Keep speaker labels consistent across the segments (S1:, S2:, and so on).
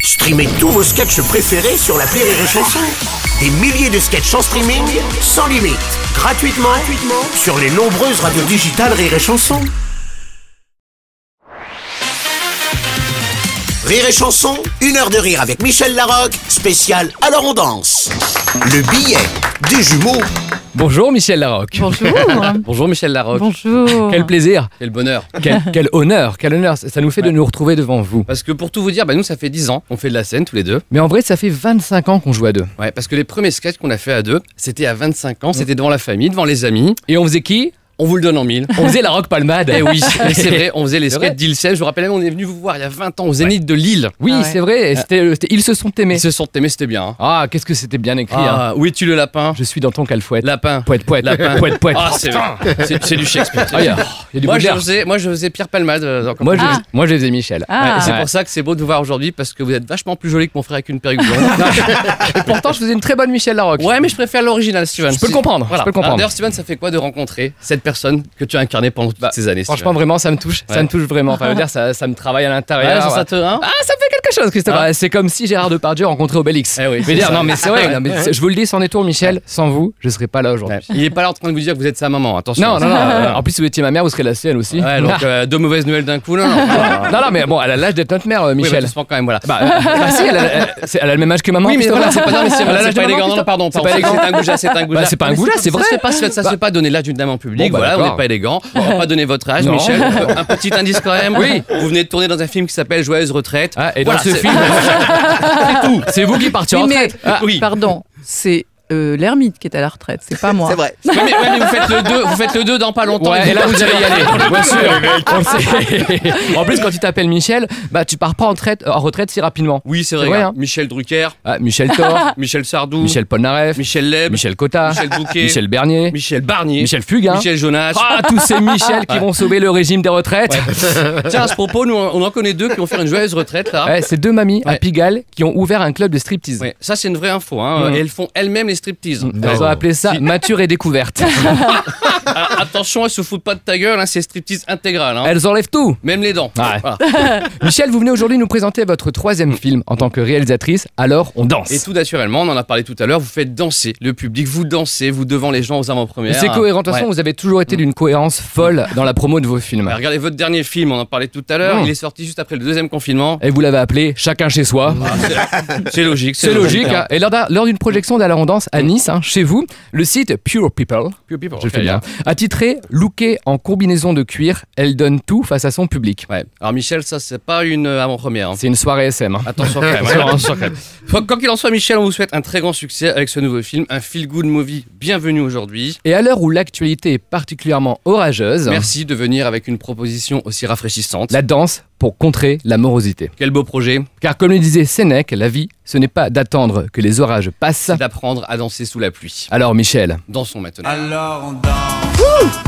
S1: Streamez tous vos sketchs préférés sur la Rire et Chanson. Des milliers de sketchs en streaming, sans limite, gratuitement, gratuitement sur les nombreuses radios digitales Rire et Chanson. Rire et Chanson, une heure de rire avec Michel Larocque, spécial Alors on danse. Le billet des jumeaux.
S2: Bonjour Michel Larocque.
S3: Bonjour.
S2: Bonjour Michel Larocque.
S3: Bonjour.
S2: Quel plaisir,
S4: Quel bonheur
S2: quel, quel honneur, quel honneur. Ça nous fait de nous retrouver devant vous.
S4: Parce que pour tout vous dire, bah nous ça fait 10 ans, on fait de la scène tous les deux.
S2: Mais en vrai, ça fait 25 ans qu'on joue à deux.
S4: Ouais, parce que les premiers sketchs qu'on a fait à deux, c'était à 25 ans, c'était devant la famille, devant les amis.
S2: Et on faisait qui
S4: On vous le donne en mille.
S2: On faisait la rock palmade.
S4: Eh oui, mais c'est vrai, on faisait les
S2: C'est vrai.
S4: sketchs d'Ilsen. Je vous rappelle même, on est venu vous voir il y a 20 ans au Zénith de Lille.
S2: Oui,
S3: Ah ouais.
S2: c'est vrai. et c'était- euh, c'était- ils se sont aimés.
S4: Ils se sont aimés, c'était bien. hein.
S2: Ah, qu'est-ce que c'était bien écrit. hein.
S4: Ah, où es-tu le lapin
S2: Je suis dans ton calfouette.
S4: Lapin.
S2: Poète, poète,
S4: Lapin.
S2: poète, poète.
S4: Ah, c'est c'est- c'est du Shakespeare.
S2: Ah, il y a- il y a du
S4: moi, je
S2: Baudelaire.
S4: faisais, moi je faisais Pierre Palmade. euh, dans-
S2: Moi, je,
S3: Ah.
S2: moi, je faisais Michel.
S3: Ah.
S4: Ouais, et c'est
S2: Ouais.
S4: pour ça que c'est beau de vous voir aujourd'hui parce que vous êtes vachement plus joli que mon frère avec une perruque blonde.
S2: Et pourtant, je faisais une très bonne Michel Larocque.
S4: Ouais, mais je préfère l'original, Steven.
S2: Je peux le
S4: Si-
S2: comprendre,
S4: Voilà.
S2: je peux le comprendre.
S4: Ah, D'ailleurs, Steven, ça fait quoi de rencontrer cette personne que tu as incarnée pendant toutes
S2: Bah,
S4: ces années
S2: Franchement, vraiment, ça me touche. Ça
S4: Ouais.
S2: me touche vraiment. Enfin, je veux dire, ça, ça me travaille à
S4: Steven Ouais,
S2: l'intérieur.
S4: ça, ça
S2: Ouais.
S4: te- hein
S2: Ah, ça me fait quelque chose, Christophe.
S4: Hein
S2: Ah, c'est comme si Gérard Depardieu rencontrait Obélix.
S4: Eh oui,
S2: Je veux
S4: c'est
S2: dire,
S4: ça.
S2: non, mais c'est vrai. non, mais c'est- je vous le dis sans détour, Michel. Sans vous, je serais pas là aujourd'hui.
S4: Ouais. Il est pas là en train de vous dire que vous êtes sa maman, attention.
S2: Non, non, non.
S4: Ouais,
S2: En plus, si vous étiez ma mère, vous serez la sienne aussi.
S4: Ouais, donc euh, deux mauvaises nouvelles d'un coup, non, non.
S2: Ah. non, non, mais bon, elle a l'âge d'être notre mère, euh,
S4: Michel.
S2: Michel.
S4: quand même, voilà.
S2: bah, euh, bah, si, elle a, elle- c'est- elle a le même âge que maman.
S4: oui, mais
S2: Christophe.
S4: voilà, c'est pas, non, mais c'est
S2: Elle a l'âge
S4: c'est
S2: de
S4: pas
S2: maman,
S4: élégant, non,
S2: Christophe.
S4: pardon,
S2: C'est
S4: pardon,
S2: pas élégant. Bah,
S4: C'est un goujat, c'est un goujat.
S2: c'est pas un
S4: Mais
S2: goujat, c'est vrai. Bah.
S4: Ça se fait pas, ça, ça se fait pas donner l'âge d'une dame en public,
S2: Bon, bah,
S4: voilà, vous
S2: d'accord.
S4: n'êtes pas élégant. On va pas donner votre âge,
S2: Non.
S4: Michel. Un petit indice quand même.
S2: Oui.
S4: Vous venez de tourner dans un film qui s'appelle Joyeuse Retraite.
S2: Ah, et dans
S4: Voilà,
S2: ce
S4: c'est-
S2: film, c'est tout. C'est vous qui partiez en
S3: Oui, mais-
S2: retraite. Ah,
S4: Oui.
S3: Pardon, c'est euh, l'ermite qui est à la retraite, c'est pas moi.
S5: C'est vrai.
S4: Oui, mais, ouais, mais vous faites le 2 vous faites le deux dans pas longtemps.
S2: Ouais,
S4: vous
S2: et là
S4: partez.
S2: vous allez y aller, bien sûr. On le sait. en plus, quand tu t'appelles Michel, bah tu pars pas en retraite, en retraite si rapidement.
S4: Oui, c'est
S2: C'est
S4: vrai.
S2: vrai,
S4: regarde.
S2: hein.
S4: Michel Drucker,
S2: Ah, Michel Thor,
S4: Michel Sardou,
S2: Michel Polnareff,
S4: Michel Leb,
S2: Michel Cotta,
S4: Michel Bouquet,
S2: Michel Bernier,
S4: Michel Barnier,
S2: Michel Fugain.
S4: Michel Jonas.
S2: Ah, tous ces Michel qui vont sauver le régime des retraites.
S4: Tiens, à ce propos, nous, on en connaît deux qui vont faire une joyeuse retraite là.
S2: Ouais, c'est deux mamies à
S4: Ouais.
S2: Pigalle qui ont ouvert un club de striptease.
S4: Ouais, ça, c'est une vraie info. Hein.
S2: Mm.
S4: Et elles font elles-mêmes les striptease.
S2: Elles ont
S4: Ouais.
S2: appelé ça mature et découverte.
S4: Ah, attention, elles se foutent pas de ta gueule, hein, c'est striptease intégral. Hein.
S2: Elles enlèvent tout.
S4: Même les dents.
S2: Ouais.
S4: Voilà.
S2: Michel, vous venez aujourd'hui nous présenter votre troisième film en tant que réalisatrice. Alors, on danse.
S4: Et tout naturellement, on en a parlé tout à l'heure, vous faites danser le public, vous dansez, vous devant les gens aux avant-premières.
S2: C'est cohérent. De toute façon,
S4: Ouais. Mm. Bah
S2: vous avez toujours été d'une cohérence folle dans la promo de vos films.
S4: Ouais, Regardez votre dernier film, on en parlait tout à l'heure,
S2: Mm.
S4: il est sorti juste après le deuxième confinement.
S2: Et vous l'avez appelé Chacun chez soi.
S4: C'est logique.
S2: Ah, C'est logique. hein. Et lors d'un- lors d'une projection d'Ala en danse à Nice, hein, chez vous, le site Pure People, je fais bien, attitré Looké en combinaison de cuir, elle donne tout face à son public.
S4: Ouais. Alors Michel, ça c'est pas une euh, avant-première. hein.
S2: C'est une soirée SM. hein.
S4: Attention quand même. hein. Attention quand même. Quoi quoi qu'il en soit, Michel, on vous souhaite un très grand succès avec ce nouveau film, un feel-good movie. Bienvenue aujourd'hui.
S2: Et à l'heure où l'actualité est particulièrement orageuse,
S4: Merci de venir avec une proposition aussi rafraîchissante.
S2: la danse pour contrer la morosité.
S4: Quel beau projet,
S2: Car comme le disait Sénèque, la vie, ce n'est pas d'attendre que les orages passent.
S4: c'est d'apprendre à danser sous la pluie.
S2: Alors Michel,
S4: Dansons maintenant.
S6: Alors on danse.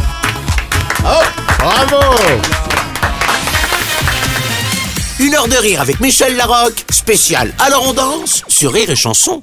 S1: Bravo Une heure de rire avec Michel Larocque, spécial Alors on danse sur Rire et Chanson.